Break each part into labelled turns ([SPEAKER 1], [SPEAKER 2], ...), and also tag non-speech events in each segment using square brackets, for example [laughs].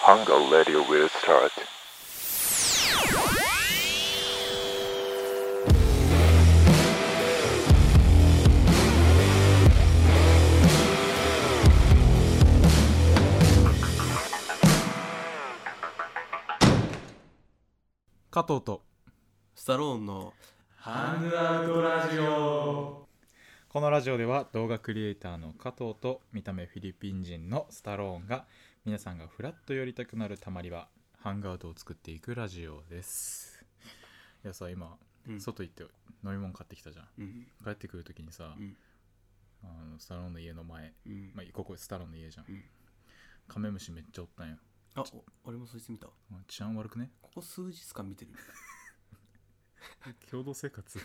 [SPEAKER 1] Hunger Radio will start.
[SPEAKER 2] 加藤と
[SPEAKER 3] スタローンの
[SPEAKER 2] このラジオでは動画クリエイターの加藤と見た目フィリピン人のスタローンが皆さんがフラッと寄りたくなるたまりはハンガードを作っていくラジオですいやさ今、
[SPEAKER 3] うん
[SPEAKER 2] 外行って飲み物買ってきたじゃん
[SPEAKER 3] うん
[SPEAKER 2] 帰ってくる時にさ、
[SPEAKER 3] うん
[SPEAKER 2] あのスタローンの家の前、
[SPEAKER 3] うん
[SPEAKER 2] まあ、ここスタローンの家じゃん、
[SPEAKER 3] うん
[SPEAKER 2] カメムシめっちゃおったんよ
[SPEAKER 3] あお俺もそいつ見たこ
[SPEAKER 2] 治安悪くね
[SPEAKER 3] こ数日間見てる [laughs]
[SPEAKER 2] 共同生活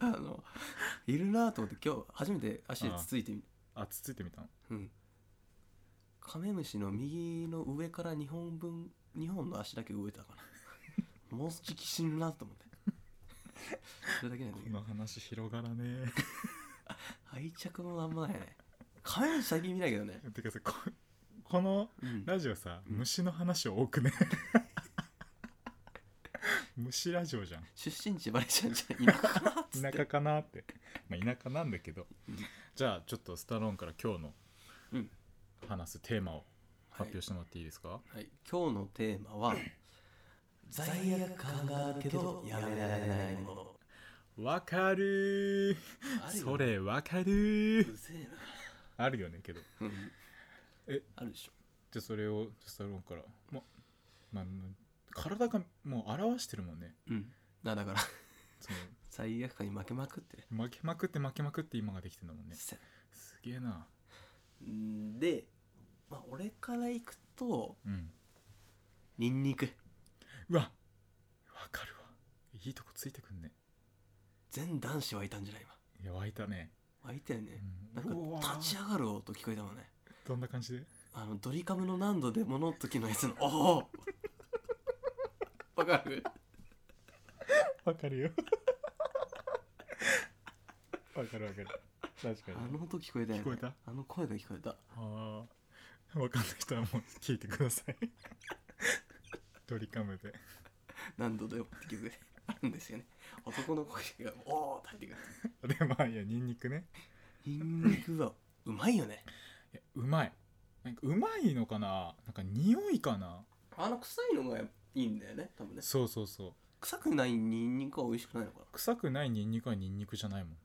[SPEAKER 3] あのいるなと思って今日初めて足でつついてみ
[SPEAKER 2] あつついてみたの
[SPEAKER 3] うんカメムシの右の上から2本分2本の足だけ植えたから [laughs] もうすちき死ぬなと思って [laughs] それだけなんだ
[SPEAKER 2] こ
[SPEAKER 3] けど
[SPEAKER 2] の話広がらね
[SPEAKER 3] 愛着もなんもないねカメムシ最近見ないけ
[SPEAKER 2] [laughs]
[SPEAKER 3] どね
[SPEAKER 2] えてかさここの
[SPEAKER 3] うん
[SPEAKER 2] ラジオさ、
[SPEAKER 3] うん
[SPEAKER 2] 虫の話多くね [laughs] 虫ラジオじゃん
[SPEAKER 3] 出身地バレちゃうんじ [laughs] ゃない田舎かなっつ
[SPEAKER 2] 田
[SPEAKER 3] って
[SPEAKER 2] 舎かなって、まあ、田舎なんだけど
[SPEAKER 3] うん
[SPEAKER 2] じゃあちょっとスタローンから今日の
[SPEAKER 3] うん
[SPEAKER 2] 話すテーマを発
[SPEAKER 3] はい
[SPEAKER 2] 表してもらっていいですか、
[SPEAKER 3] はい、今日のテーマは [coughs] 罪悪感があるけどやめられないもの
[SPEAKER 2] わかるーそれわかる
[SPEAKER 3] う
[SPEAKER 2] ー
[SPEAKER 3] ぜえ
[SPEAKER 2] あるよねけど
[SPEAKER 3] な
[SPEAKER 2] え
[SPEAKER 3] あるでしょ
[SPEAKER 2] じゃあそれをスタローンからままあ体がもう表してるもんね
[SPEAKER 3] うんなだから [laughs]
[SPEAKER 2] その
[SPEAKER 3] 罪悪感に負けまくってね
[SPEAKER 2] 負けまくって負けまくって今ができてんだもんね
[SPEAKER 3] せ
[SPEAKER 2] すげえなん
[SPEAKER 3] で、まあ、俺からいくと
[SPEAKER 2] うん
[SPEAKER 3] ニンニク
[SPEAKER 2] うわわかるわいいとこついてくんね
[SPEAKER 3] 全男子湧いたんじゃない
[SPEAKER 2] いや湧いたね、
[SPEAKER 3] 今湧いたよねなんか
[SPEAKER 2] うわー
[SPEAKER 3] 立ち上がる音聞こえたもんね
[SPEAKER 2] どんな感じで
[SPEAKER 3] あのドリカムの何度でもの時のやつのおお [laughs] わか [laughs] る
[SPEAKER 2] わかるよ [laughs] わかるわかる確かに
[SPEAKER 3] あの音聞こえたよ
[SPEAKER 2] 聞
[SPEAKER 3] ね
[SPEAKER 2] こえた
[SPEAKER 3] あの声が聞こえた
[SPEAKER 2] ああわかんない人はもう聞いてくださいドリカムで
[SPEAKER 3] 何度でもって曲であるんですよね男の声が「おお!」って入ってくる
[SPEAKER 2] でまあいやニンニクね
[SPEAKER 3] ニンニクはうまいよね
[SPEAKER 2] いやうまいなんかうまいのかななんか匂いかな
[SPEAKER 3] あの臭いのがいいんだよね多分ね
[SPEAKER 2] そうそうそう
[SPEAKER 3] 臭くないニンニクは美味しくないのか
[SPEAKER 2] 臭くないニンニクはニンニクじゃないもん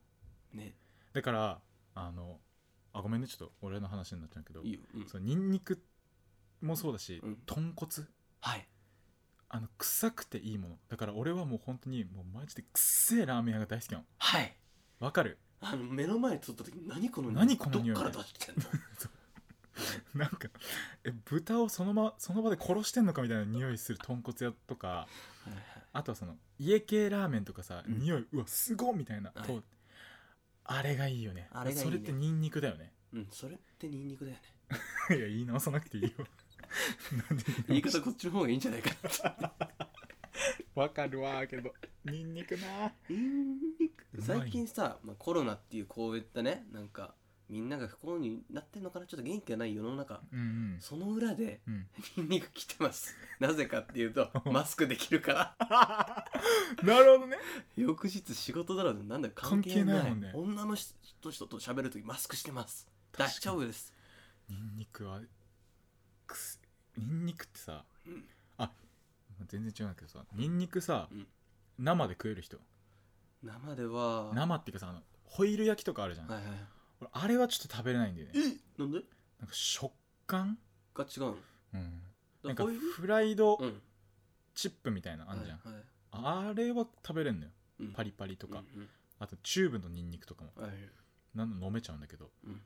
[SPEAKER 3] なね
[SPEAKER 2] だからあのあごめんねちょっと俺の話になっちゃうけど
[SPEAKER 3] いいよ、うん、
[SPEAKER 2] そうニンニクもそうだし、
[SPEAKER 3] うん
[SPEAKER 2] 豚骨
[SPEAKER 3] はい
[SPEAKER 2] あの臭くていいものだから俺はもう本当にもうマジでくっせえラーメン屋が大好きなの
[SPEAKER 3] はい
[SPEAKER 2] わかる [laughs]
[SPEAKER 3] あの目の前撮った時に何この
[SPEAKER 2] 何この匂い
[SPEAKER 3] どっから出してんの
[SPEAKER 2] なんかえ豚をその,、ま、その場で殺してんのかみたいな匂いする豚骨屋とか
[SPEAKER 3] はいはい
[SPEAKER 2] あとはその家系ラーメンとかさ、
[SPEAKER 3] うん
[SPEAKER 2] 匂いうわすごっみたいな、
[SPEAKER 3] はい
[SPEAKER 2] とあれがいいよね
[SPEAKER 3] あれがいいね
[SPEAKER 2] それってニンニクだよね [laughs]
[SPEAKER 3] うんそれってニンニクだよね
[SPEAKER 2] いや言い直さなくていいよ [laughs] なんで
[SPEAKER 3] 言
[SPEAKER 2] 言
[SPEAKER 3] い
[SPEAKER 2] い直し
[SPEAKER 3] 方こっちの方がいいんじゃないかな
[SPEAKER 2] わかるわけどニンニクな
[SPEAKER 3] ニンニク
[SPEAKER 2] うまい
[SPEAKER 3] 最近さ、まあ、コロナっていうこういったねなんかみんなが不幸になってんのかなちょっと元気がない世の中
[SPEAKER 2] うんうん [laughs]
[SPEAKER 3] その裏で
[SPEAKER 2] うん
[SPEAKER 3] [laughs] ニンニク切ってますなぜかってい
[SPEAKER 2] [laughs]
[SPEAKER 3] うとマスクできるから
[SPEAKER 2] なるほどね
[SPEAKER 3] 翌日仕事だろうなんだよ関係
[SPEAKER 2] 関係
[SPEAKER 3] ない
[SPEAKER 2] ないもんね
[SPEAKER 3] 女の人と人と喋るときマスクしてます
[SPEAKER 2] 確か
[SPEAKER 3] 大
[SPEAKER 2] に
[SPEAKER 3] 丈夫です
[SPEAKER 2] ニンニクはくすニンニクってさ、
[SPEAKER 3] うん
[SPEAKER 2] あ全然違うんだけどさニンニクさ、
[SPEAKER 3] うん
[SPEAKER 2] 生で食える人
[SPEAKER 3] 生ではは
[SPEAKER 2] 生っていうかさあのホイル焼きとかあるじゃん、
[SPEAKER 3] いはいは
[SPEAKER 2] 俺あれはちょっと食べれないんだよね
[SPEAKER 3] いえなんで
[SPEAKER 2] なんか食感、
[SPEAKER 3] が違うの
[SPEAKER 2] うん、な
[SPEAKER 3] だ
[SPEAKER 2] ん
[SPEAKER 3] か
[SPEAKER 2] から
[SPEAKER 3] こういう
[SPEAKER 2] フライド
[SPEAKER 3] うん
[SPEAKER 2] チップみたいなのあんじゃん、
[SPEAKER 3] はいはい
[SPEAKER 2] あれは食べれんのよ
[SPEAKER 3] うん
[SPEAKER 2] パリパリとか、
[SPEAKER 3] うんうん
[SPEAKER 2] あとチューブのニンニクとかも
[SPEAKER 3] はいはい
[SPEAKER 2] なんの飲めちゃうんだけど
[SPEAKER 3] うん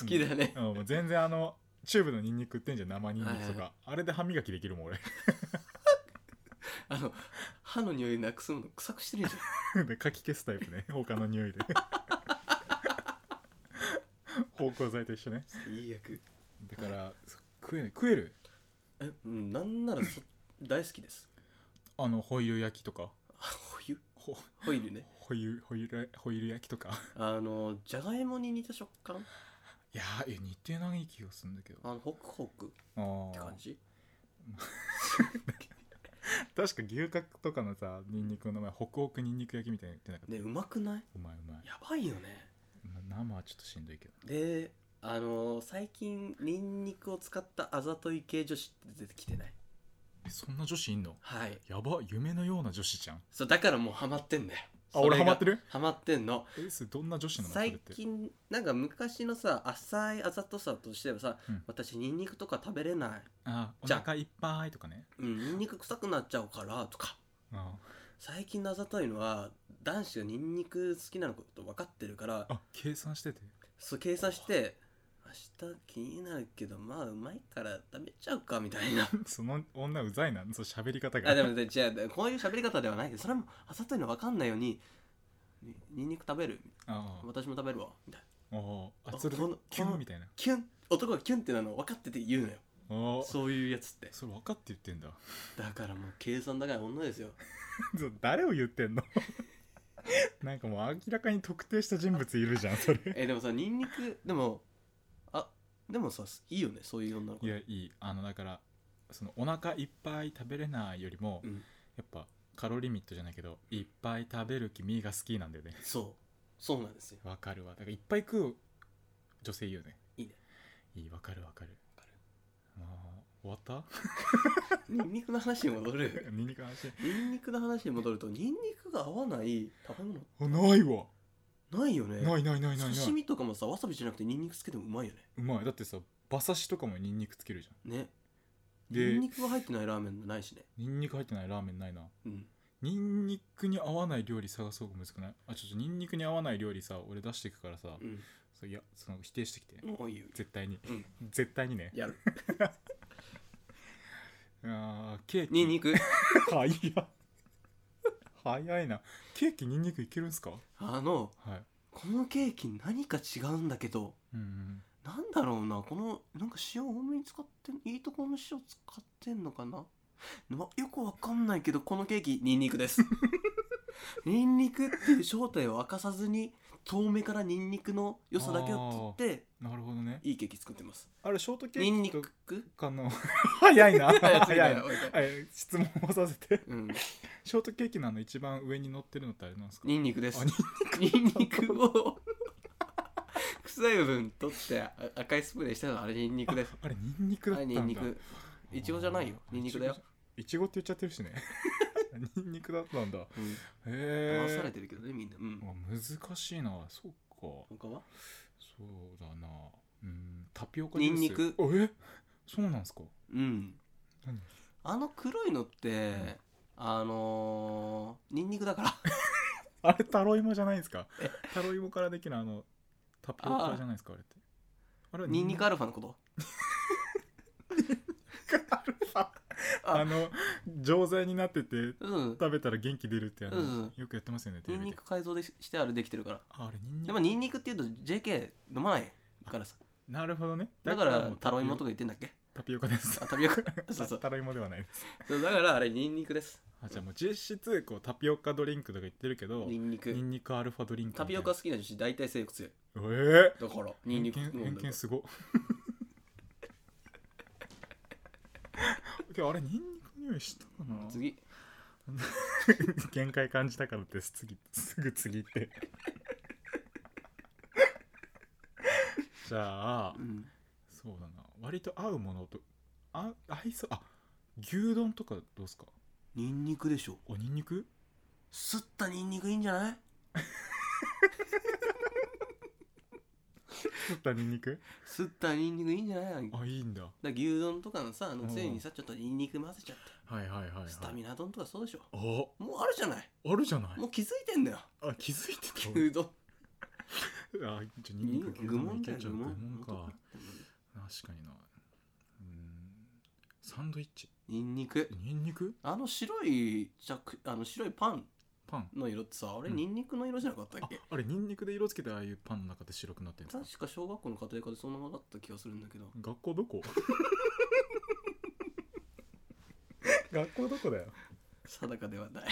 [SPEAKER 3] 好きだね
[SPEAKER 2] あのもう全然あのチューブのニンニク売ってんじゃん生ニンニクとか、
[SPEAKER 3] はいはいは
[SPEAKER 2] あれで歯磨きできるもん俺
[SPEAKER 3] あの歯の匂いなくすもの臭くしてるじゃ
[SPEAKER 2] [laughs]
[SPEAKER 3] ん
[SPEAKER 2] でかき消すタイプね [laughs] 他の匂いで芳香剤と一緒ね
[SPEAKER 3] 最悪
[SPEAKER 2] だからそ食える食える
[SPEAKER 3] えうんなんならそ大好きです
[SPEAKER 2] あのホイル焼きとか
[SPEAKER 3] あホイル
[SPEAKER 2] ほ
[SPEAKER 3] ホイルね
[SPEAKER 2] ホイルホイルホイル焼きとか
[SPEAKER 3] あのじゃがいもに似た食感
[SPEAKER 2] [laughs] いやーいや似てない気がするんだけど
[SPEAKER 3] あのホクホクっ
[SPEAKER 2] あー
[SPEAKER 3] て感じ
[SPEAKER 2] 確か牛角とかのさニンニクの名前ホクホクニンニク焼きみたいに言ってなかった、
[SPEAKER 3] ねうまくないう
[SPEAKER 2] まいうまい
[SPEAKER 3] やばいよね
[SPEAKER 2] ま生はちょっとしんどいけど
[SPEAKER 3] であのー最近ニンニクを使ったあざとい系女子って出てきてない
[SPEAKER 2] えそんな女子いんの
[SPEAKER 3] はい
[SPEAKER 2] やば夢のような女子じゃん
[SPEAKER 3] そうだからもうハマってんだよ
[SPEAKER 2] あ俺ハマって
[SPEAKER 3] る
[SPEAKER 2] る
[SPEAKER 3] ハマってんの
[SPEAKER 2] えそれどんな女子なのそれっ
[SPEAKER 3] 最
[SPEAKER 2] て
[SPEAKER 3] 近なんか昔のさ浅いあざとさとしてはさ、
[SPEAKER 2] うん
[SPEAKER 3] 私ニンニクとか食べれない
[SPEAKER 2] あお
[SPEAKER 3] じゃん
[SPEAKER 2] 腹いっぱいとかね
[SPEAKER 3] うんニンニク臭くなっちゃうからとか
[SPEAKER 2] あ
[SPEAKER 3] 最近のあざといのは男子がニンニク好きなのこと分かってるから
[SPEAKER 2] あ計算してて
[SPEAKER 3] そう計算して明日気になるけどまあうまいから食べちゃうかみたいな [laughs]
[SPEAKER 2] [laughs] その女うざいなその喋り方が
[SPEAKER 3] あでもね違うこういう喋り方ではないけどそれもあざといの分かんないようににニンニク食べる
[SPEAKER 2] あ
[SPEAKER 3] 私も食べるわみたいな
[SPEAKER 2] あおーあ
[SPEAKER 3] あ
[SPEAKER 2] それで
[SPEAKER 3] この
[SPEAKER 2] キ
[SPEAKER 3] こ
[SPEAKER 2] ュン
[SPEAKER 3] の
[SPEAKER 2] みたいな
[SPEAKER 3] キュン男がキュンってなの分かってて言うのよ
[SPEAKER 2] おー
[SPEAKER 3] そういうやつって
[SPEAKER 2] それ分かって言ってんだ [laughs]
[SPEAKER 3] だからもう計算高い女ですよ [laughs]
[SPEAKER 2] そう誰を言ってんの [laughs] なんかもう明らかに特定した人物いるじゃん
[SPEAKER 3] [laughs]
[SPEAKER 2] それ
[SPEAKER 3] えでもさニンニクでもあでもさいいよねそういう女の子
[SPEAKER 2] いやいいあのだからそのお腹いっぱい食べれないよりも、
[SPEAKER 3] うん
[SPEAKER 2] やっぱカロリーミットじゃないけどいっぱい食べる君が好きなんだよね
[SPEAKER 3] そうそうなんですよ
[SPEAKER 2] わかるわだからいっぱい食う女性いいよね
[SPEAKER 3] いいね
[SPEAKER 2] いいわかるわかる
[SPEAKER 3] わかる
[SPEAKER 2] あー終わっ [laughs]
[SPEAKER 3] [laughs] ニンニクの話に戻る
[SPEAKER 2] たニンニクの話
[SPEAKER 3] ニンニクの話に戻るとニンニクが合わ [laughs] ない食べ物
[SPEAKER 2] あないわ
[SPEAKER 3] ないよね
[SPEAKER 2] ないないないないない
[SPEAKER 3] 刺身とかもさわさびじゃなくてニンニクつけてもうまいよね
[SPEAKER 2] うまいだってさ馬刺しとかもニンニクつけるじゃん
[SPEAKER 3] ね
[SPEAKER 2] で
[SPEAKER 3] ニンニクが入ってないラーメンないしね
[SPEAKER 2] ニンニク入ってないラーメンないな
[SPEAKER 3] うん
[SPEAKER 2] ニンニクに合わない料理探そうが難しくないあちょっとニンニクに合わない料理さ俺出していくからさ、
[SPEAKER 3] うん
[SPEAKER 2] そういやその否定してきて、
[SPEAKER 3] もういいよ
[SPEAKER 2] 絶対に、
[SPEAKER 3] うん
[SPEAKER 2] 絶対にね
[SPEAKER 3] やる
[SPEAKER 2] あーケーキ
[SPEAKER 3] ニン
[SPEAKER 2] [laughs]
[SPEAKER 3] ニク
[SPEAKER 2] 早い早いなケーキニンニクいけるんすか
[SPEAKER 3] あの
[SPEAKER 2] はい
[SPEAKER 3] このケーキ何か違うんだけど
[SPEAKER 2] うんうん
[SPEAKER 3] なんだろうなこのなんか塩多めに使ってんいいところの塩使ってんのかな、ま、よくわかんないけどこのケーキニンニクです
[SPEAKER 2] [laughs]
[SPEAKER 3] ニンニクっていう正体を明かさずに遠目からニンニクの良さだけを取って
[SPEAKER 2] なるほどね
[SPEAKER 3] いいケーキ作ってます
[SPEAKER 2] あれショートケ
[SPEAKER 3] ニン
[SPEAKER 2] ー
[SPEAKER 3] ニ
[SPEAKER 2] キと
[SPEAKER 3] ク
[SPEAKER 2] かの [laughs] 早いな
[SPEAKER 3] はい次だ
[SPEAKER 2] 早い
[SPEAKER 3] よ
[SPEAKER 2] な
[SPEAKER 3] おいで
[SPEAKER 2] はい質問をさせて
[SPEAKER 3] うん
[SPEAKER 2] ショートケーキのあの一番上に乗ってるのってあれなんですか
[SPEAKER 3] ニンニクです
[SPEAKER 2] あニ
[SPEAKER 3] ニンニクを臭い部分取ってあ赤いスプレーしたのあれニンニクです
[SPEAKER 2] あれニンニクだっ
[SPEAKER 3] は
[SPEAKER 2] たん
[SPEAKER 3] い
[SPEAKER 2] だ
[SPEAKER 3] ニンニクいちごじゃないよ
[SPEAKER 2] あー
[SPEAKER 3] ニンニクだよ
[SPEAKER 2] いちごじゃいちごって言っちゃってるし
[SPEAKER 3] [laughs]
[SPEAKER 2] ねニンニクだったんだへ
[SPEAKER 3] うん騙され
[SPEAKER 2] え
[SPEAKER 3] てるけどねみんなうん
[SPEAKER 2] 難しいなそうか
[SPEAKER 3] 他は
[SPEAKER 2] そうだなうんタピオカ
[SPEAKER 3] ニンニク
[SPEAKER 2] ジュースあえそうなんすか
[SPEAKER 3] うん
[SPEAKER 2] 何
[SPEAKER 3] あの黒いのってあのーニンニクだから
[SPEAKER 2] あれタロイモじゃないですかタロイモからできるあのタピオカじゃないですかあれってあれは
[SPEAKER 3] ニンニクアルファのこと
[SPEAKER 2] あの錠剤になってて
[SPEAKER 3] うん
[SPEAKER 2] 食べたら元気出るってあの、
[SPEAKER 3] うん
[SPEAKER 2] よくやってますよねテ
[SPEAKER 3] ニ
[SPEAKER 2] レ
[SPEAKER 3] ン
[SPEAKER 2] ビ
[SPEAKER 3] ニ
[SPEAKER 2] で
[SPEAKER 3] ク改造でししてあれできてるから
[SPEAKER 2] ああれニンニ
[SPEAKER 3] で
[SPEAKER 2] ク
[SPEAKER 3] もニンニクっていうと JK 飲まないからさ
[SPEAKER 2] なるほどね
[SPEAKER 3] だから
[SPEAKER 2] もう
[SPEAKER 3] タロイモと
[SPEAKER 2] ピオ
[SPEAKER 3] か言ってんだっけ
[SPEAKER 2] タピオカです
[SPEAKER 3] あタピオカそうそ
[SPEAKER 2] タ
[SPEAKER 3] う
[SPEAKER 2] タロイモではないです
[SPEAKER 3] そうだからあれニンニクです
[SPEAKER 2] あじゃあもう実質こうタピオカドリンクとか言ってるけど
[SPEAKER 3] ニンニク
[SPEAKER 2] ニンニクアルファドリンクみた
[SPEAKER 3] タ
[SPEAKER 2] い
[SPEAKER 3] ピ
[SPEAKER 2] な
[SPEAKER 3] オカ好きな女子大体性欲強い
[SPEAKER 2] ええ
[SPEAKER 3] だからニ
[SPEAKER 2] 偏
[SPEAKER 3] ンニク
[SPEAKER 2] 見
[SPEAKER 3] 飲
[SPEAKER 2] 偏
[SPEAKER 3] んだ
[SPEAKER 2] 見すご [laughs] 今日あれニンニクの匂いしたかな
[SPEAKER 3] 次
[SPEAKER 2] 限界感じたからです次すぐ次って [laughs] じゃあ
[SPEAKER 3] うん
[SPEAKER 2] そうだな割と合うものとあ合いそうあ牛丼とかどうっすか
[SPEAKER 3] ニンニクでしょ
[SPEAKER 2] おニンニク
[SPEAKER 3] すったニンニクいいんじゃない
[SPEAKER 2] 取ったニンニク
[SPEAKER 3] すったニンニクいいんじゃないだか
[SPEAKER 2] あいいんだは
[SPEAKER 3] ら牛丼とかのさあのつゆにさちょっとニンニク混ぜちゃ
[SPEAKER 2] い
[SPEAKER 3] っ
[SPEAKER 2] はいはい、は
[SPEAKER 3] て
[SPEAKER 2] い、
[SPEAKER 3] スタミナ丼とかそうでしょ
[SPEAKER 2] あ
[SPEAKER 3] もうあるじゃない
[SPEAKER 2] あるじゃない
[SPEAKER 3] もう気づいてんだよ
[SPEAKER 2] [laughs] あ気づいてた
[SPEAKER 3] 牛丼
[SPEAKER 2] あじゃあニンニク牛
[SPEAKER 3] 愚
[SPEAKER 2] 丼も
[SPEAKER 3] 問
[SPEAKER 2] い
[SPEAKER 3] だ
[SPEAKER 2] け
[SPEAKER 3] よ
[SPEAKER 2] ちゃ
[SPEAKER 3] 愚
[SPEAKER 2] う
[SPEAKER 3] 問
[SPEAKER 2] 愚問か確かになうんサンドイッチ
[SPEAKER 3] ニンニク
[SPEAKER 2] ニンニク
[SPEAKER 3] あの白いじゃあの白いパン
[SPEAKER 2] パン
[SPEAKER 3] の色ってさあれ
[SPEAKER 2] うん
[SPEAKER 3] ニンニクの色じゃなかったっ
[SPEAKER 2] あ
[SPEAKER 3] け
[SPEAKER 2] あれニンニクで色つけてああいうパンの中で白くなってるんですか
[SPEAKER 3] 確か小学校の家庭科でそのままだった気がするんだけど
[SPEAKER 2] 学校どこ [laughs] 学校どこだよ
[SPEAKER 3] 定かではない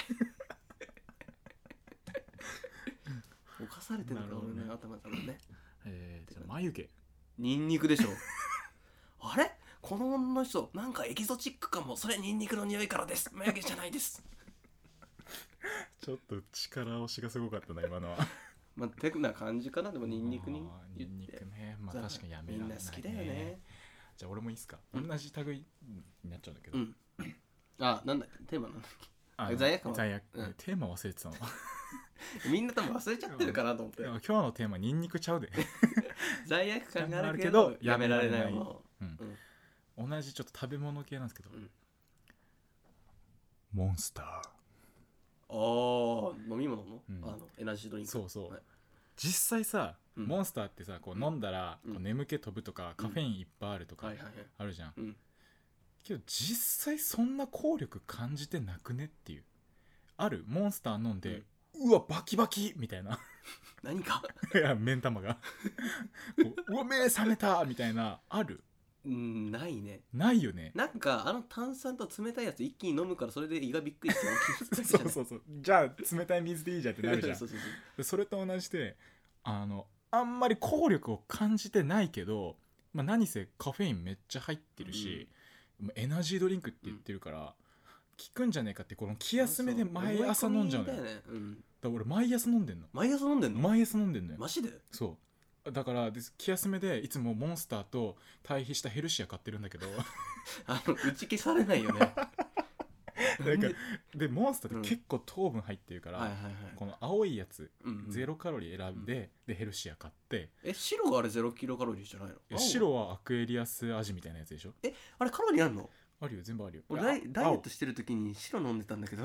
[SPEAKER 3] 犯されてるのか
[SPEAKER 2] なるほど
[SPEAKER 3] 俺
[SPEAKER 2] ね
[SPEAKER 3] の頭からね
[SPEAKER 2] えー、じゃあ眉毛
[SPEAKER 3] ニンニクでしょ [laughs] あれこの女の人なんかエキゾチックかもそれニンニクの匂いからです眉毛じゃないです
[SPEAKER 2] ちょっと力押しがすごかったな今のは
[SPEAKER 3] まあてな感じかなでもニンニクに
[SPEAKER 2] あーニ
[SPEAKER 3] 言っ
[SPEAKER 2] ンニク
[SPEAKER 3] て
[SPEAKER 2] ねまあ
[SPEAKER 3] さ
[SPEAKER 2] 確かにやめ
[SPEAKER 3] み
[SPEAKER 2] られな、
[SPEAKER 3] んな
[SPEAKER 2] ね、
[SPEAKER 3] い好きだよね
[SPEAKER 2] じゃあ俺もいいっすか、
[SPEAKER 3] うん
[SPEAKER 2] 同じ類になっちゃうんだけど、
[SPEAKER 3] うんあなんだテーマなんだっ
[SPEAKER 2] あの
[SPEAKER 3] 罪悪感は
[SPEAKER 2] 罪悪
[SPEAKER 3] うん
[SPEAKER 2] テーマ忘れ
[SPEAKER 3] [laughs]
[SPEAKER 2] てたの
[SPEAKER 3] けみんな多分忘れちゃってるかなと思って
[SPEAKER 2] でも今日のテーマニンニクちゃうで、
[SPEAKER 3] 罪悪感があるけどやめられないもの
[SPEAKER 2] うん
[SPEAKER 3] うん
[SPEAKER 2] 同じちょっと食べ物系なんですけど、
[SPEAKER 3] うん
[SPEAKER 2] モンスタ
[SPEAKER 3] ああ飲み物の,、
[SPEAKER 2] うん
[SPEAKER 3] あのエナジードリン
[SPEAKER 2] ー
[SPEAKER 3] ク
[SPEAKER 2] そうそう、
[SPEAKER 3] はい
[SPEAKER 2] 実際さ、
[SPEAKER 3] うん
[SPEAKER 2] モンスターってさこう飲んだら、
[SPEAKER 3] うん
[SPEAKER 2] こう眠気飛ぶとかカフェインいっぱいあるとか、
[SPEAKER 3] はいはいはい
[SPEAKER 2] あるじゃん、
[SPEAKER 3] うん
[SPEAKER 2] けど実際そんな効力感じてなくねっていうあるモンスター飲んで、うわバキバキみたいな [laughs]
[SPEAKER 3] 何か
[SPEAKER 2] いや目ん玉がこう [laughs] うわ目覚めたみたいなある
[SPEAKER 3] うんないね
[SPEAKER 2] ないよね
[SPEAKER 3] なんかあの炭酸と冷たいやつ一気に飲むからそれで胃がびっくりして起きるだけじ
[SPEAKER 2] [laughs] そ
[SPEAKER 3] ゃ
[SPEAKER 2] う
[SPEAKER 3] ない
[SPEAKER 2] そうそうじゃあ冷たい水でいいじゃんってなるじゃん
[SPEAKER 3] そうそうそう
[SPEAKER 2] でそれと同じであのあんまり効力を感じてないけど、まあ、何せカフェインめっちゃ入ってるし、もうエナジードリンクって言ってるから、効くんじゃねえかってこの気休めで毎朝飲んじゃうのよ
[SPEAKER 3] 思い
[SPEAKER 2] だか
[SPEAKER 3] 込みだよねうん
[SPEAKER 2] ら俺毎朝飲んでんの
[SPEAKER 3] 毎朝飲んでんの
[SPEAKER 2] 毎朝飲んでんのよ
[SPEAKER 3] マジで
[SPEAKER 2] そうだからです気休めでいつもモンスターと対比したヘルシア買ってるんだけ
[SPEAKER 3] [laughs]
[SPEAKER 2] ど
[SPEAKER 3] あの打ち消されない
[SPEAKER 2] [laughs]
[SPEAKER 3] よね
[SPEAKER 2] なんかでモンスターって結構糖分入ってるから、
[SPEAKER 3] はいはいはい
[SPEAKER 2] この青いやつ
[SPEAKER 3] うん
[SPEAKER 2] ゼロカロリー選んで、でヘルシア買って
[SPEAKER 3] え白があれゼロキロカロリーじゃないの
[SPEAKER 2] いや白はアクエリアス味みたいなやつでしょ
[SPEAKER 3] あれカロリーあるの
[SPEAKER 2] あるよ全部あるよ
[SPEAKER 3] 俺
[SPEAKER 2] いや
[SPEAKER 3] ダイダイエット
[SPEAKER 2] 青
[SPEAKER 3] してる時に白飲んでたんだけ
[SPEAKER 2] [laughs]
[SPEAKER 3] ど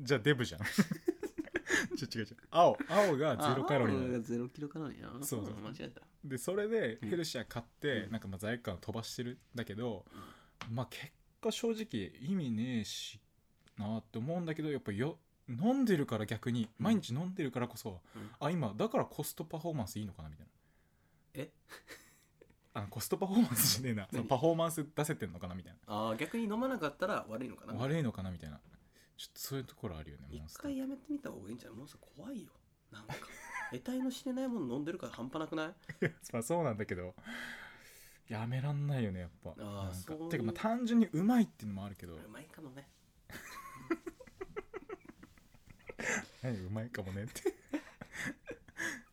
[SPEAKER 2] じゃあデブじゃんちょ違う違う青青がゼロカロリーなの
[SPEAKER 3] あゼロキロカロリーな
[SPEAKER 2] そうそう
[SPEAKER 3] 間違えた
[SPEAKER 2] でそれでヘルシア買って、
[SPEAKER 3] うん
[SPEAKER 2] なんかまあ罪悪感を飛ばしてるんだけど、まあ結果正直意味ねえしなあって思うんだけどやっぱよ飲んでるから逆に
[SPEAKER 3] うん
[SPEAKER 2] 毎日飲んでるからこそ、
[SPEAKER 3] うん
[SPEAKER 2] あ今だからコストパフォーマンスいいのかなみたいな
[SPEAKER 3] え
[SPEAKER 2] あコストパフォーマンスじゃねえなその
[SPEAKER 3] 何
[SPEAKER 2] パフォーマンス出せてんのかなみたい
[SPEAKER 3] ああ逆に飲まなかったら悪いのか
[SPEAKER 2] な
[SPEAKER 3] な
[SPEAKER 2] 悪いのかなみたいなちょっとそういうところあるよね
[SPEAKER 3] 一
[SPEAKER 2] モンスター
[SPEAKER 3] 回やめてみた方がいいんじゃないモンスター怖いよなん
[SPEAKER 2] [laughs]
[SPEAKER 3] か得体の知れないもの飲んでるから半端なくない
[SPEAKER 2] [laughs] まあそうなんだけどやめらんないよねやっぱ
[SPEAKER 3] あー
[SPEAKER 2] なんか
[SPEAKER 3] そういう
[SPEAKER 2] てかまあ単純にうまいっていうのもあるけど
[SPEAKER 3] うまいかもね
[SPEAKER 2] 何うまいかもねって [laughs]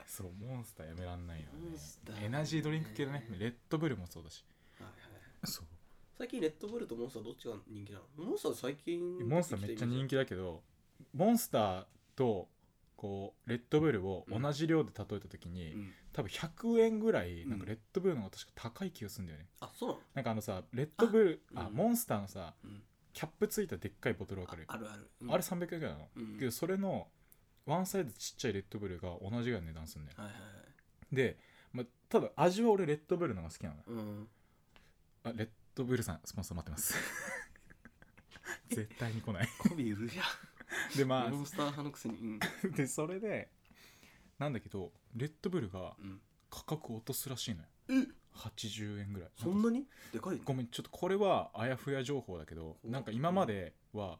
[SPEAKER 2] そうモンスターやめらんないよ
[SPEAKER 3] モ
[SPEAKER 2] ね
[SPEAKER 3] ンスターね
[SPEAKER 2] エナジードリンク系だねレッドブルもそうだし
[SPEAKER 3] はいはい
[SPEAKER 2] そう
[SPEAKER 3] 最近レッドブルとモンスターどっちが人気なのモンスター最近
[SPEAKER 2] モンスターめっちゃ人
[SPEAKER 3] 気
[SPEAKER 2] 気だけどモンスターとこうレッドブルを同じ量で例えた時に、
[SPEAKER 3] うん
[SPEAKER 2] 多分100円ぐらい
[SPEAKER 3] うん
[SPEAKER 2] なんかレッドブルの方が確か高い気がするんだよね、
[SPEAKER 3] あそうなの
[SPEAKER 2] なんかあのさレッドブルあ
[SPEAKER 3] うん
[SPEAKER 2] モンスターのさ
[SPEAKER 3] うん
[SPEAKER 2] キャップついたでっかいボトルわかる
[SPEAKER 3] ああるある、うん
[SPEAKER 2] あれ300円ぐらいなの、
[SPEAKER 3] うん
[SPEAKER 2] けどそれのワンサイズちっちゃいレッドブルが同じぐらいの値段するんだよ
[SPEAKER 3] はいはいはい
[SPEAKER 2] で、まあ、ただ味は俺レッドブルのが好きなの
[SPEAKER 3] うん
[SPEAKER 2] あレッドブルさんスポンサー待ってます [laughs] 絶対に来
[SPEAKER 3] [laughs]
[SPEAKER 2] ない
[SPEAKER 3] コビ売るや
[SPEAKER 2] でま
[SPEAKER 3] モンスター派のくせにうん
[SPEAKER 2] あでそれでなんだけどレッドブルが
[SPEAKER 3] うん
[SPEAKER 2] 価格を落とすらしいのよ [laughs]
[SPEAKER 3] え
[SPEAKER 2] 80円ぐらい
[SPEAKER 3] そんなにでかいね
[SPEAKER 2] ごめんちょっとこれはあやふや情報だけど
[SPEAKER 3] うん
[SPEAKER 2] なんか今までは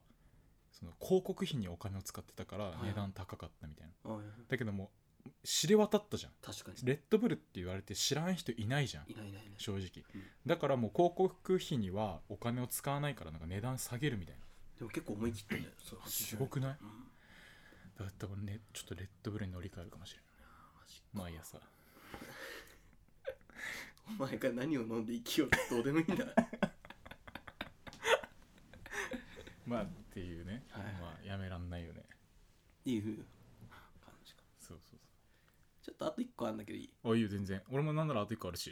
[SPEAKER 2] その広告費にお金を使ってたから
[SPEAKER 3] はい
[SPEAKER 2] 値段高かったみたいな、
[SPEAKER 3] はいはいはい
[SPEAKER 2] だけどもう知れ渡ったじゃん
[SPEAKER 3] 確かに
[SPEAKER 2] レッドブルって言われて知らん人いないじゃん
[SPEAKER 3] いないいないいない
[SPEAKER 2] 正直、
[SPEAKER 3] うん
[SPEAKER 2] だからもう広告費にはお金を使わないからなんか値段下げるみたい
[SPEAKER 3] でも結構思い切ってんだよそれ
[SPEAKER 2] なすごくない
[SPEAKER 3] うん
[SPEAKER 2] だったらねちょっとレッドブルに乗り換えるかもしれ
[SPEAKER 3] マジ
[SPEAKER 2] ない毎朝
[SPEAKER 3] お前が何を飲んで生きようってどうでもいいんだ
[SPEAKER 2] まあっていうね、
[SPEAKER 3] はいはい
[SPEAKER 2] まあやめらんないよね
[SPEAKER 3] いいう感じか
[SPEAKER 2] そうそう
[SPEAKER 3] ちょっとあと一個あんだけど
[SPEAKER 2] [laughs]
[SPEAKER 3] いい
[SPEAKER 2] そうあいいよ全然俺もなんならあと1個ある
[SPEAKER 3] [laughs]
[SPEAKER 2] し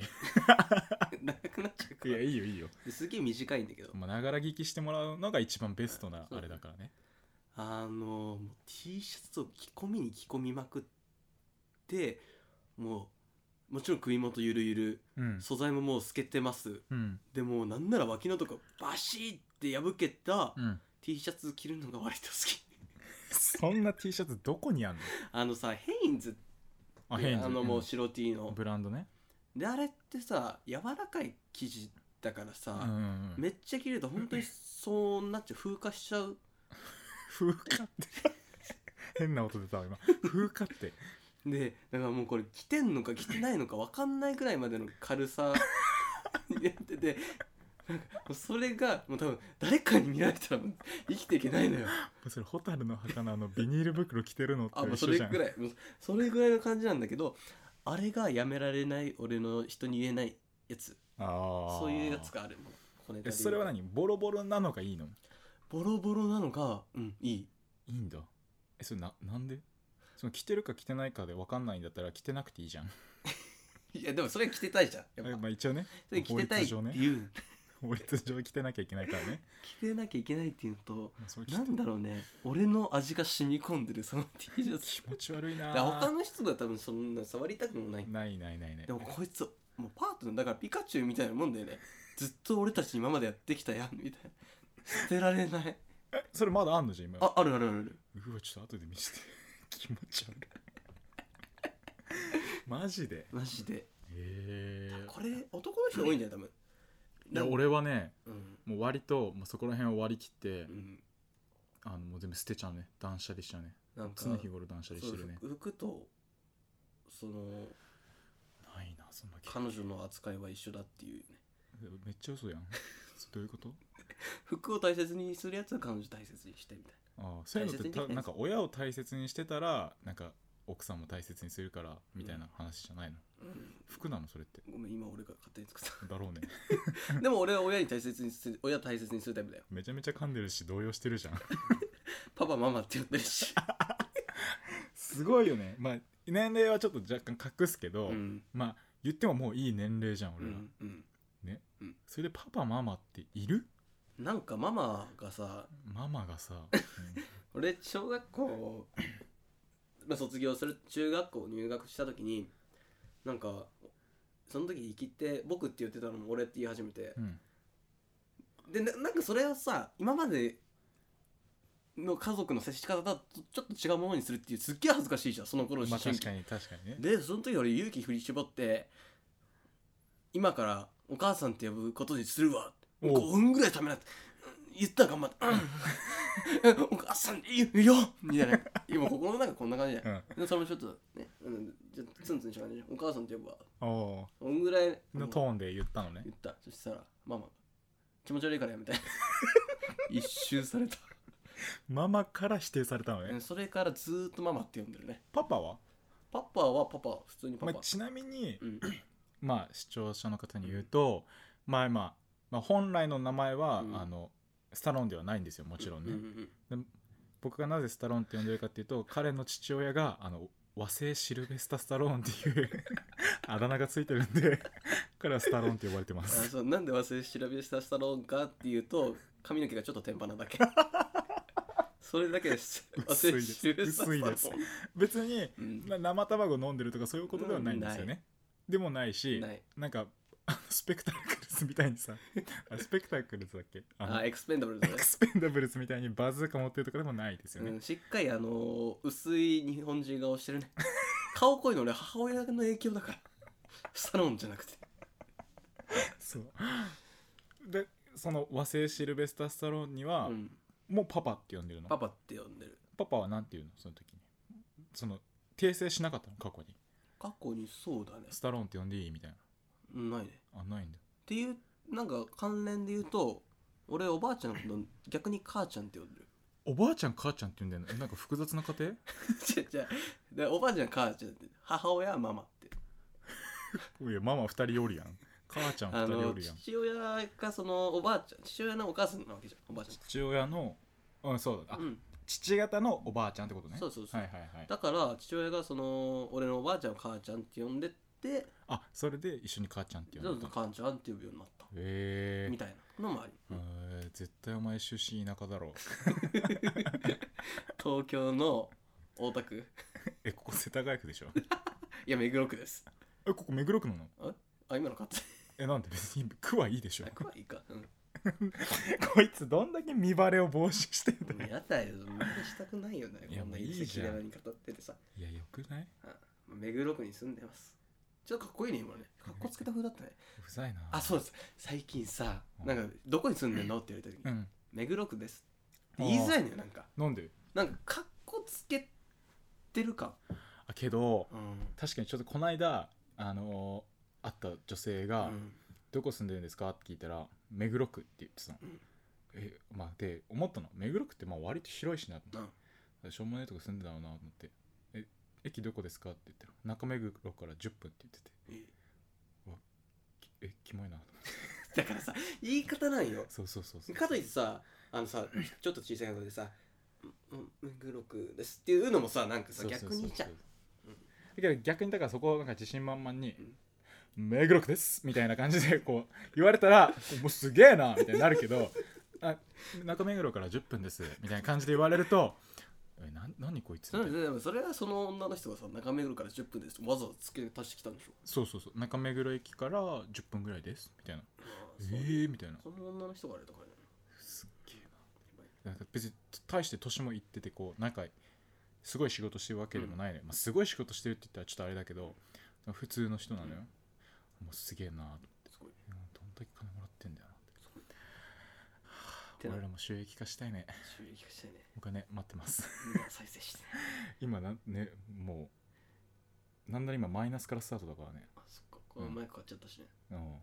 [SPEAKER 3] 長くなっちゃうか
[SPEAKER 2] い
[SPEAKER 3] ら
[SPEAKER 2] やいいよいいよ
[SPEAKER 3] ですげえ短いんだけど
[SPEAKER 2] まあながら聞きしてもらうのが一番ベストな
[SPEAKER 3] そう
[SPEAKER 2] あれだからね
[SPEAKER 3] あのもう T シャツを着込みに着込みまくってもうもちろん首元ゆるゆる
[SPEAKER 2] うん
[SPEAKER 3] 素材ももう透けてます
[SPEAKER 2] うん
[SPEAKER 3] でもうなんなら脇のとこバシッって破けた
[SPEAKER 2] うん
[SPEAKER 3] [laughs] T シャツ着るのが割と好き [laughs]
[SPEAKER 2] そんな T シャツどこにあんの
[SPEAKER 3] あのさヘインズって
[SPEAKER 2] あ
[SPEAKER 3] あ
[SPEAKER 2] ヘインズ
[SPEAKER 3] のもう
[SPEAKER 2] う
[SPEAKER 3] 白 T の
[SPEAKER 2] んブランドね
[SPEAKER 3] であれってさ柔らかい生地だか
[SPEAKER 2] う
[SPEAKER 3] ら
[SPEAKER 2] んう
[SPEAKER 3] さ、
[SPEAKER 2] んうん
[SPEAKER 3] めっちゃ切れると本当にそうなっちゃう風化しちゃう
[SPEAKER 2] 風化って変な音出たわ今風化って
[SPEAKER 3] でだからもうこれ来てんのか来てないのか分かんないくらいまでの軽
[SPEAKER 2] [laughs]
[SPEAKER 3] さやっててなんかもうそれがもう多分誰かに見られたらもう生きていけないのよ
[SPEAKER 2] それ蛍の儚のビニール袋着てるの
[SPEAKER 3] あ
[SPEAKER 2] と
[SPEAKER 3] もう
[SPEAKER 2] 一
[SPEAKER 3] そ
[SPEAKER 2] 緒
[SPEAKER 3] れ
[SPEAKER 2] じゃん
[SPEAKER 3] ぐらいもうそれぐらいの感じなんだけどあれがやめられない俺の人に言えないやつ
[SPEAKER 2] ああ
[SPEAKER 3] そういうやつがあるもうこれ
[SPEAKER 2] えそれは何ボロボロなのがいいの
[SPEAKER 3] ボロボロなのがうんいい
[SPEAKER 2] いいんだえそれななんでその着てるか着てないかで分かんないんだったら着てなくていいじゃん
[SPEAKER 3] いやでもそれ着てたいじゃんやっ
[SPEAKER 2] え
[SPEAKER 3] ぱ
[SPEAKER 2] まあ一応ね
[SPEAKER 3] それ着てたいって
[SPEAKER 2] 法律上ね
[SPEAKER 3] いう
[SPEAKER 2] 法律上着てなきゃいけないからね
[SPEAKER 3] 着てなきゃいけないっていうのと
[SPEAKER 2] まあそれ着て
[SPEAKER 3] なんだろうね俺の味が染み込んでるその T シャツ
[SPEAKER 2] 気持ち悪いな
[SPEAKER 3] だから他の人が多分そんな触りたくもない
[SPEAKER 2] ないないないない
[SPEAKER 3] でもこいつもうパートナーだからピカチュウみたいなもんだよねずっと俺たち今までやってきたやんみたいな捨てられない
[SPEAKER 2] えそれまだあんのじゃん今
[SPEAKER 3] [laughs] ああるあるあるある
[SPEAKER 2] うわちょっと後で見せて [laughs] 気持ち悪い [laughs] マジで
[SPEAKER 3] マジで
[SPEAKER 2] へえ
[SPEAKER 3] これ男の人多いんじゃない多分
[SPEAKER 2] いや俺はね
[SPEAKER 3] うん、
[SPEAKER 2] もう割ともうそこら辺を割り切って、
[SPEAKER 3] うん、
[SPEAKER 2] あのもう全部捨てちゃうね断捨離しちゃうね
[SPEAKER 3] なんか
[SPEAKER 2] 常日頃断捨離し
[SPEAKER 3] そう
[SPEAKER 2] てるね
[SPEAKER 3] 服服とその
[SPEAKER 2] ないなそんな経験
[SPEAKER 3] 彼女の扱いは一緒だっていうね
[SPEAKER 2] めっちゃ嘘 [laughs] やんどういうこと
[SPEAKER 3] 服を大切にするやつは彼女大切にしてみたい
[SPEAKER 2] ああそういうのって
[SPEAKER 3] 大切にできな
[SPEAKER 2] た
[SPEAKER 3] いです
[SPEAKER 2] なんか親を大切にしてたらなんか奥さんも大切にするからみたいな話じゃないの、
[SPEAKER 3] な、
[SPEAKER 2] 服なのそれって
[SPEAKER 3] うん、ごめん今俺が勝手に [laughs] 作っ
[SPEAKER 2] だろうね
[SPEAKER 3] たでも俺は親に大切にする親大切にするタイプだよ
[SPEAKER 2] めちゃめちゃ噛んでるし動揺してるじゃん
[SPEAKER 3] パパママって呼んで
[SPEAKER 2] [laughs]
[SPEAKER 3] るし、
[SPEAKER 2] すごいよねまあ年齢はちょっと若干隠すけ
[SPEAKER 3] う
[SPEAKER 2] ど、
[SPEAKER 3] ん
[SPEAKER 2] まあ言ってももういい年齢じゃん
[SPEAKER 3] う
[SPEAKER 2] 俺ら、
[SPEAKER 3] んうん、
[SPEAKER 2] それでパパママっている
[SPEAKER 3] なんかママがさ
[SPEAKER 2] ママ
[SPEAKER 3] [laughs]
[SPEAKER 2] がさ、
[SPEAKER 3] 俺小学校、まあ、卒業する中学校入学した時になんかその時生きて僕って言ってたのも俺って言い始めて
[SPEAKER 2] う、ん
[SPEAKER 3] でななんかそれはさ今までの家族の接し方とちょっと違うものにするっていうすっげえ恥ずかしいじゃんその頃
[SPEAKER 2] う
[SPEAKER 3] の
[SPEAKER 2] ん、まあ
[SPEAKER 3] 思春
[SPEAKER 2] 確
[SPEAKER 3] 期
[SPEAKER 2] かに確かにね
[SPEAKER 3] でその時俺勇気振り絞って今からお母さんって呼ぶことにするわ
[SPEAKER 2] おう
[SPEAKER 3] 5分ぐらいためらってうん言ったら頑張ってうんお母さんいいよみたいな今心の中こんな感じじゃん
[SPEAKER 2] うん
[SPEAKER 3] でそれもちょっとねうんちょっとツンツンした感じじゃんお母さんって呼ぶわ
[SPEAKER 2] おー
[SPEAKER 3] こんぐらい
[SPEAKER 2] のトーンで言ったのね
[SPEAKER 3] 言ったそしたらママが気持ち悪いから
[SPEAKER 2] [laughs]
[SPEAKER 3] やめて一周された
[SPEAKER 2] ママから否定されたのね、
[SPEAKER 3] うんそれからずーっとママって呼んでるね
[SPEAKER 2] パパは
[SPEAKER 3] パパはパパ普通にパパ、
[SPEAKER 2] まあ、ちなみに、
[SPEAKER 3] うん
[SPEAKER 2] まあ、視聴者の方に言うと、まあまあ、まあ、本来の名前は、
[SPEAKER 3] うん
[SPEAKER 2] あのスタローンではないんですよもちろんね、
[SPEAKER 3] ううん
[SPEAKER 2] 僕がなぜスタローンって呼んでるかっていうと彼の父親があの和製シルベスタ・スタローンっていう [laughs] あだ名がついてるんで彼はスタローンって呼ばれてま
[SPEAKER 3] あ
[SPEAKER 2] す
[SPEAKER 3] そうなんで忘れ調べしたしたのかっていうと髪の毛がちょっと天パな
[SPEAKER 2] [laughs]
[SPEAKER 3] だけそれだけです
[SPEAKER 2] 薄いです
[SPEAKER 3] 忘れ調べした
[SPEAKER 2] 薄いです別に、
[SPEAKER 3] うん
[SPEAKER 2] な生卵飲んでるとかそういうことではないんですよね、でもないし
[SPEAKER 3] ない
[SPEAKER 2] んかあのスペクタクルズみたいにさあれスペクタクルズだっけあの
[SPEAKER 3] あエクスペンダブルだね
[SPEAKER 2] エクスペンダブルズみたいにバズーカ持ってるとかでもないですよね、
[SPEAKER 3] うん、しっかりあのー薄い日本人顔してるね顔濃いの俺母親の影響だからスタローンじゃなくて
[SPEAKER 2] そうでその和製シルベスタ・スタローンには、
[SPEAKER 3] うん、
[SPEAKER 2] もうパパって呼んでるの
[SPEAKER 3] パ
[SPEAKER 2] パ
[SPEAKER 3] パって呼んでる
[SPEAKER 2] パはなんて言うのその時にその訂正しなかったの過去に
[SPEAKER 3] 過去にそうだね
[SPEAKER 2] スタローンって呼んでいいみたい
[SPEAKER 3] うんないねっ
[SPEAKER 2] なあないんだ
[SPEAKER 3] ていうなんか関連で言うと俺おばあちゃんのこと逆に母ちゃんって呼んでる
[SPEAKER 2] おばあちゃん母ちゃんって呼んでるのえなんか複雑な家庭
[SPEAKER 3] 違う違うでおばあちゃん母ちゃんって母親はママって
[SPEAKER 2] [laughs] いやママ2人おるやん母ちゃん
[SPEAKER 3] あ
[SPEAKER 2] 2人お
[SPEAKER 3] の
[SPEAKER 2] るやん
[SPEAKER 3] 父親がそのおばあちゃん父親のお母さんなわけじゃんおばあち
[SPEAKER 2] 父親のうんそうだ
[SPEAKER 3] ゃ
[SPEAKER 2] あ、
[SPEAKER 3] ん、うん、
[SPEAKER 2] 父方のおばあちゃんってことね
[SPEAKER 3] そうそうそう
[SPEAKER 2] はいはいはい
[SPEAKER 3] だから父親がその俺のおばあちゃんを母ちゃんって呼んでって
[SPEAKER 2] あそれで一緒に母ちゃんって
[SPEAKER 3] そ
[SPEAKER 2] 呼
[SPEAKER 3] うんそ
[SPEAKER 2] で
[SPEAKER 3] う
[SPEAKER 2] た
[SPEAKER 3] 母ちゃんって呼ぶようになった
[SPEAKER 2] へえ
[SPEAKER 3] みたいなのもあり、
[SPEAKER 2] えー絶対お前出身田舎だろ [laughs]
[SPEAKER 3] 東京の大田区
[SPEAKER 2] えここ世田谷区でしょ
[SPEAKER 3] いや目黒区です
[SPEAKER 2] えここ目黒区なの
[SPEAKER 3] あ今の勝手
[SPEAKER 2] えなんで別に区はいいでしょ
[SPEAKER 3] あ怖いか、うん
[SPEAKER 2] [laughs] こいつどんだけ見バレを防止してん
[SPEAKER 3] もうやだよ、無理したくないよね。
[SPEAKER 2] いや
[SPEAKER 3] こんな
[SPEAKER 2] もういいじゃん
[SPEAKER 3] 赤裸々に語っててさ、
[SPEAKER 2] いやよくない
[SPEAKER 3] 目黒区に住んでます。ちょっとかっこいいね、今ね。かっこつけた風だったね。
[SPEAKER 2] うざいな
[SPEAKER 3] あ、そうです。最近さ、
[SPEAKER 2] うん
[SPEAKER 3] なんか、どこに住んでんのって言われた時
[SPEAKER 2] う
[SPEAKER 3] に、
[SPEAKER 2] ん
[SPEAKER 3] 目黒区です。
[SPEAKER 2] あー
[SPEAKER 3] 言いづらいのよ、なんか。
[SPEAKER 2] なんで
[SPEAKER 3] なんか、かっこつけてるか。
[SPEAKER 2] あけど
[SPEAKER 3] うん
[SPEAKER 2] 確かにちょっとこの間あのー会った女性が、
[SPEAKER 3] うん
[SPEAKER 2] どこ住んでるんですか?」って聞いたら「目黒区」って言ってたの。
[SPEAKER 3] うん
[SPEAKER 2] えまあ、で思ったの目黒区ってまあ割と広いしなと思って、しょうもないとこ住んでたのなと思って「え駅どこですか?」って言ったら「中目黒から10分」って言ってて
[SPEAKER 3] え
[SPEAKER 2] 「えキモいな」
[SPEAKER 3] だからさ言い方なんよ
[SPEAKER 2] そうそうそうそう
[SPEAKER 3] かといってさあのさちょっと小さい声でさ「うんうん目黒区です」っていうのもさなんかさ
[SPEAKER 2] そうそうそう
[SPEAKER 3] 逆にじゃん
[SPEAKER 2] そうだけど逆にだからそこをなんか自信満々に
[SPEAKER 3] う
[SPEAKER 2] 「
[SPEAKER 3] ん
[SPEAKER 2] 目黒区です」みたいな感じでこう言われた [laughs] ら「もうすげえな」みたいになるけど [laughs] 「あ中目黒から10分です」みたいな感じで言われると「えな何こいつ」み
[SPEAKER 3] そ
[SPEAKER 2] たいな
[SPEAKER 3] れでもそれはその女の人がさ中目黒から10分ですってわざわざ付け足してきたんでしょ
[SPEAKER 2] そうそうそう中目黒駅から10分ぐらいですみたいなえ
[SPEAKER 3] そう
[SPEAKER 2] ー、みたいな
[SPEAKER 3] その女の人があれだからね
[SPEAKER 2] すっげえななんか別に大して年も行っててこうなんかすごい仕事してるわけでもないね、まあ、すごい仕事してるって言ったらちょっとあれだけど普通の人なのよ、
[SPEAKER 3] うん
[SPEAKER 2] もうすげえなと
[SPEAKER 3] すごい
[SPEAKER 2] うんどんだけ金もらってんだよなって
[SPEAKER 3] てな
[SPEAKER 2] 俺らも収益化したいね
[SPEAKER 3] 収益化したいね
[SPEAKER 2] お金待ってます
[SPEAKER 3] 今再生して
[SPEAKER 2] 今なんねもうなんだら今マイナスからスタートだからね
[SPEAKER 3] あそっかこの前買っちゃったしね
[SPEAKER 2] うん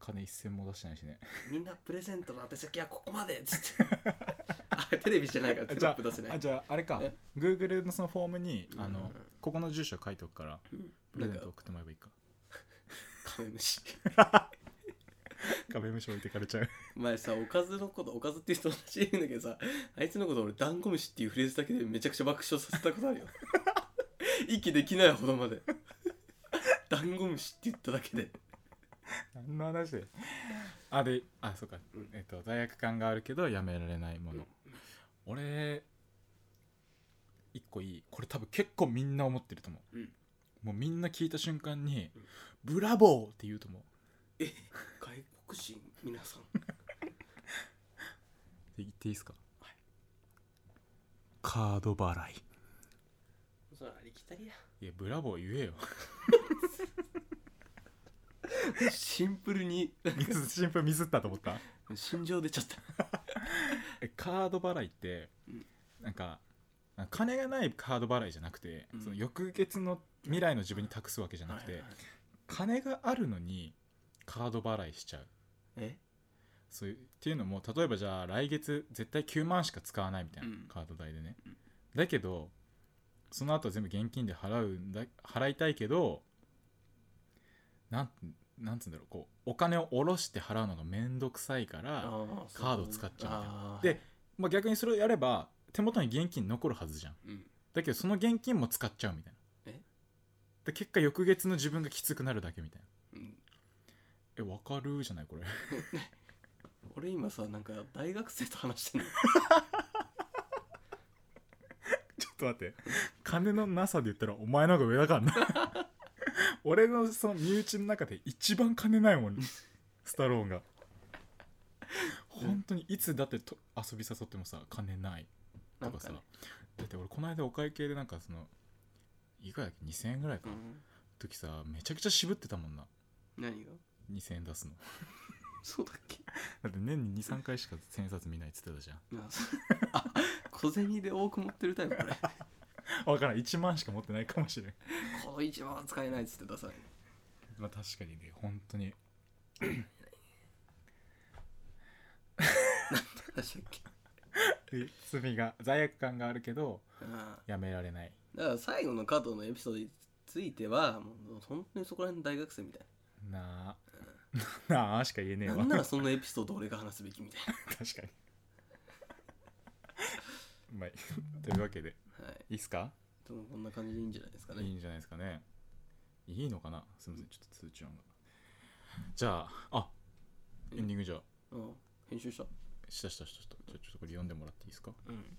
[SPEAKER 2] 金一銭も出してないしね
[SPEAKER 3] みんなプレゼントの宛先はここまでっ
[SPEAKER 2] [laughs]
[SPEAKER 3] つってあテレビじゃないからテロップ出せな
[SPEAKER 2] あ
[SPEAKER 3] い
[SPEAKER 2] じゃああれか
[SPEAKER 3] え
[SPEAKER 2] Google のそのフォームにあ
[SPEAKER 3] うんうんう
[SPEAKER 2] の
[SPEAKER 3] ん
[SPEAKER 2] ここの住所書いておくから
[SPEAKER 3] うん
[SPEAKER 2] プレゼント送ってもらえばいいか
[SPEAKER 3] カメムシ
[SPEAKER 2] カメムシ置いてかれちゃう
[SPEAKER 3] 前さおかずのことおかずっていう人同じいるんだけどさあいつのこと俺ダンゴムシっていうフレーズだけでめちゃくちゃ爆笑させたこと
[SPEAKER 2] [laughs]
[SPEAKER 3] あるよ息できないほどまでダンゴムシって言っただけで
[SPEAKER 2] [laughs] 何の話であであそうか、
[SPEAKER 3] うん
[SPEAKER 2] えっと罪悪感があるけどやめられないもの、俺一個いいこれ多分結構みんな思ってると思う、
[SPEAKER 3] うん
[SPEAKER 2] もうみんな聞いた瞬間に
[SPEAKER 3] うん
[SPEAKER 2] 「ブラボー!」って言うと思う
[SPEAKER 3] 外国人皆さん
[SPEAKER 2] で言っていいですか、カード払い
[SPEAKER 3] それありきたりや
[SPEAKER 2] いやブラボー言えよ
[SPEAKER 3] シンプルに
[SPEAKER 2] ミス [laughs] シンプルミスったと思った
[SPEAKER 3] 心情出ちゃった
[SPEAKER 2] えカード払いって、
[SPEAKER 3] うん
[SPEAKER 2] なんかなんか金がないカード払いじゃなくて、
[SPEAKER 3] うん
[SPEAKER 2] その翌月の未来の自分に託すわけじゃなくて、
[SPEAKER 3] はいはい
[SPEAKER 2] 金があるのにカード払いしちゃう
[SPEAKER 3] え
[SPEAKER 2] そういうっていうのも例えばじゃあ来月絶対9万しか使わないみたいな、
[SPEAKER 3] うん
[SPEAKER 2] カード代でね、
[SPEAKER 3] うん
[SPEAKER 2] だけどその後は全部現金で払うんだ払いたいけどなんなんつうんだろうこうお金を下ろして払うのがめんどくさいから
[SPEAKER 3] あそう
[SPEAKER 2] カード使っちゃうみたい
[SPEAKER 3] あー
[SPEAKER 2] で、まあ、逆にそれをやれば手元に現金残るはずじゃん
[SPEAKER 3] うん、
[SPEAKER 2] だけどその現金も使っちゃうみたいな
[SPEAKER 3] え
[SPEAKER 2] で結果翌月の自分がきつくなるだけみたいな
[SPEAKER 3] うん
[SPEAKER 2] えわかるじゃない
[SPEAKER 3] [laughs]
[SPEAKER 2] これ
[SPEAKER 3] 俺今さなんか大学生と話して [laughs] んの
[SPEAKER 2] ちょっと待って金のなさで言ったらお前の方が上だから
[SPEAKER 3] [laughs]
[SPEAKER 2] な俺のその身内の中で一番金ないもんスタローンが本当にいつだってと遊び誘ってもさ金ない
[SPEAKER 3] な
[SPEAKER 2] と
[SPEAKER 3] ん
[SPEAKER 2] かさ
[SPEAKER 3] かね
[SPEAKER 2] だって俺この間お会計でなんかそのいくらだっけ2000円ぐらいか
[SPEAKER 3] う
[SPEAKER 2] な、
[SPEAKER 3] ん
[SPEAKER 2] 時さめちゃくちゃ渋ってたもんな
[SPEAKER 3] 何が
[SPEAKER 2] 2000円出すの
[SPEAKER 3] そうだっけ
[SPEAKER 2] だって年に23回しか千円札見ないっつってたじゃん
[SPEAKER 3] あそう [laughs] あ小銭で多く持ってるタイプこれ
[SPEAKER 2] 分からん1万しか持ってないかもしれん
[SPEAKER 3] [laughs] この一番は使えないっつってくださいね
[SPEAKER 2] まあ確かにね本当に
[SPEAKER 3] 何でしたっけ
[SPEAKER 2] え罪が罪悪感があるけど
[SPEAKER 3] あ
[SPEAKER 2] やめられない
[SPEAKER 3] あだから最後の加藤のエピソードについてはもう本当にそこら辺の大学生みたい
[SPEAKER 2] なあ [laughs] なあしか言えねえ
[SPEAKER 3] な
[SPEAKER 2] わ
[SPEAKER 3] なんなら
[SPEAKER 2] [laughs] 確
[SPEAKER 3] そのエピソード俺が話すべきみたい
[SPEAKER 2] かにう [laughs] まいというわけで
[SPEAKER 3] なはい
[SPEAKER 2] いいっすか
[SPEAKER 3] でもこんな感じでいいんじゃないですか
[SPEAKER 2] い
[SPEAKER 3] ね
[SPEAKER 2] いんじゃないですかねいいのかなすみませんちょっと通知音がじゃああエンディングじゃあ
[SPEAKER 3] うん編集した
[SPEAKER 2] したしたしたしたじゃあちょっとこれ読んでもらっていいですか
[SPEAKER 3] うん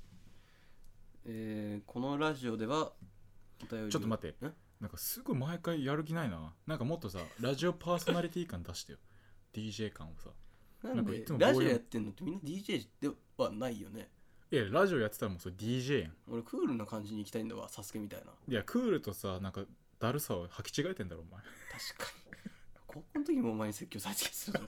[SPEAKER 3] えー、このラジオではお便りを
[SPEAKER 2] ちょっと待って
[SPEAKER 3] ん
[SPEAKER 2] なんかすぐ毎回やる気ないななんかもっとさラジオパーソナリティ感出してよ DJ 感をさ
[SPEAKER 3] な
[SPEAKER 2] なん
[SPEAKER 3] ん
[SPEAKER 2] かい
[SPEAKER 3] で
[SPEAKER 2] つもこうい
[SPEAKER 3] ラ
[SPEAKER 2] う
[SPEAKER 3] ジオやってんのってみんな DJ ではないよね
[SPEAKER 2] いやラジオやってたらもうそれ DJ やん
[SPEAKER 3] 俺クールな感じに行きたいんだわサスケみたいない
[SPEAKER 2] やクールとさなんかだるさを履き違えてんだろ
[SPEAKER 3] [laughs]
[SPEAKER 2] お前
[SPEAKER 3] 確かに高校の時もお前に説教されてた気がするぞ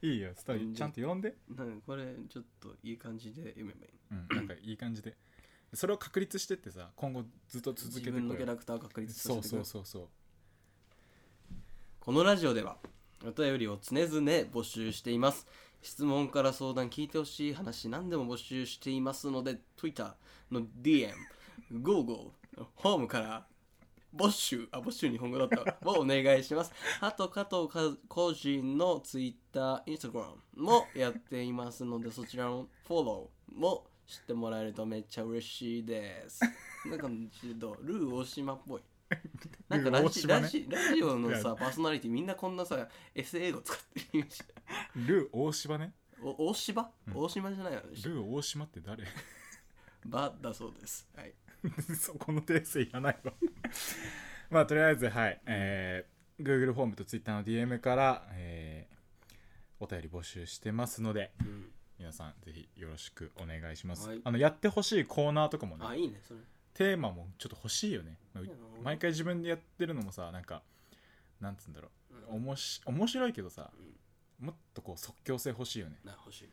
[SPEAKER 2] いいよスタイルちゃんと呼んで
[SPEAKER 3] なんかこれちょっといい感じで読めばいい
[SPEAKER 2] うんなんかいい感じでそれを確立してってさ今後ずっと続けてく
[SPEAKER 3] 自分のキャ
[SPEAKER 2] る
[SPEAKER 3] ラクターを確立させ
[SPEAKER 2] そ
[SPEAKER 3] て
[SPEAKER 2] う
[SPEAKER 3] く
[SPEAKER 2] そうそうそう
[SPEAKER 3] このラジオではお便りを常々募集しています質問から相談聞いてほしい話何でも募集していますので Twitter の DM ゴーゴーホームから募集あ募集日本語だったわをお願いしますあと加藤和個人の Twitter、Instagram もやっていますのでそちらのフォローもしてもらえるとめっちゃ嬉しいですなんかちょっとルー大島っぽいなんかラジ,、
[SPEAKER 2] ルー大島ね
[SPEAKER 3] ラジ [laughs] ラジオの
[SPEAKER 2] い
[SPEAKER 3] さパーソナリティみんなこんなさ S 英語使ってるイメージ
[SPEAKER 2] ルー大島ね
[SPEAKER 3] お大島、
[SPEAKER 2] うん
[SPEAKER 3] 大島じゃないよね
[SPEAKER 2] ルー大島って誰
[SPEAKER 3] バだそうですはい
[SPEAKER 2] [laughs] そこの訂正いらないわ [laughs] まあとりあえずはい、えー Google フォームと Twitter の DM から、えーお便り募集してますので
[SPEAKER 3] うん
[SPEAKER 2] 皆さんぜひよろしくお願いします、
[SPEAKER 3] はい
[SPEAKER 2] あのやってほしいコーナーとかもね
[SPEAKER 3] あいいねそれ
[SPEAKER 2] テーマもちょっと欲しいよね
[SPEAKER 3] いいな
[SPEAKER 2] 毎回自分でやってるのもさなんかなんつうんだろうお
[SPEAKER 3] うん
[SPEAKER 2] もし面白いけどさもっとこう即興性欲しいよね
[SPEAKER 3] な欲しい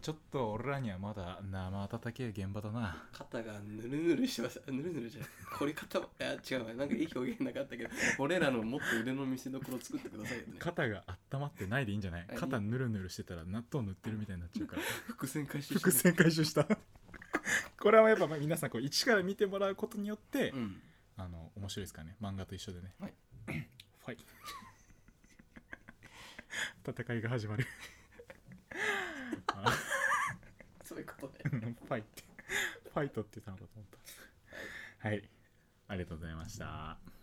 [SPEAKER 2] ちょっと俺らにはまだ生温けえ現場だな
[SPEAKER 3] 肩がぬるぬるしてますあぬるぬるじゃない凝り方 [laughs] もいや違うわなんかいい表現なかったけ [laughs] ど俺らのもっと腕の見せ所を作ってくださいよね
[SPEAKER 2] 肩が温まってないでいいんじゃない
[SPEAKER 3] あいい
[SPEAKER 2] 肩ぬるぬるしてたら納豆塗ってるみたいになっちゃうから
[SPEAKER 3] 伏線回
[SPEAKER 2] [laughs]
[SPEAKER 3] 収
[SPEAKER 2] 伏
[SPEAKER 3] して
[SPEAKER 2] 線回収した [laughs] これはやっぱまあ皆さんこう一から見てもらうことによって、
[SPEAKER 3] うん
[SPEAKER 2] あの面白いですからね漫画と一緒でね
[SPEAKER 3] はい
[SPEAKER 2] [coughs] ファイ [laughs] 戦いが始まる [laughs] あ
[SPEAKER 3] そういうことで
[SPEAKER 2] ファイってファイトって言ったのかと思ったはい、ありがとうございました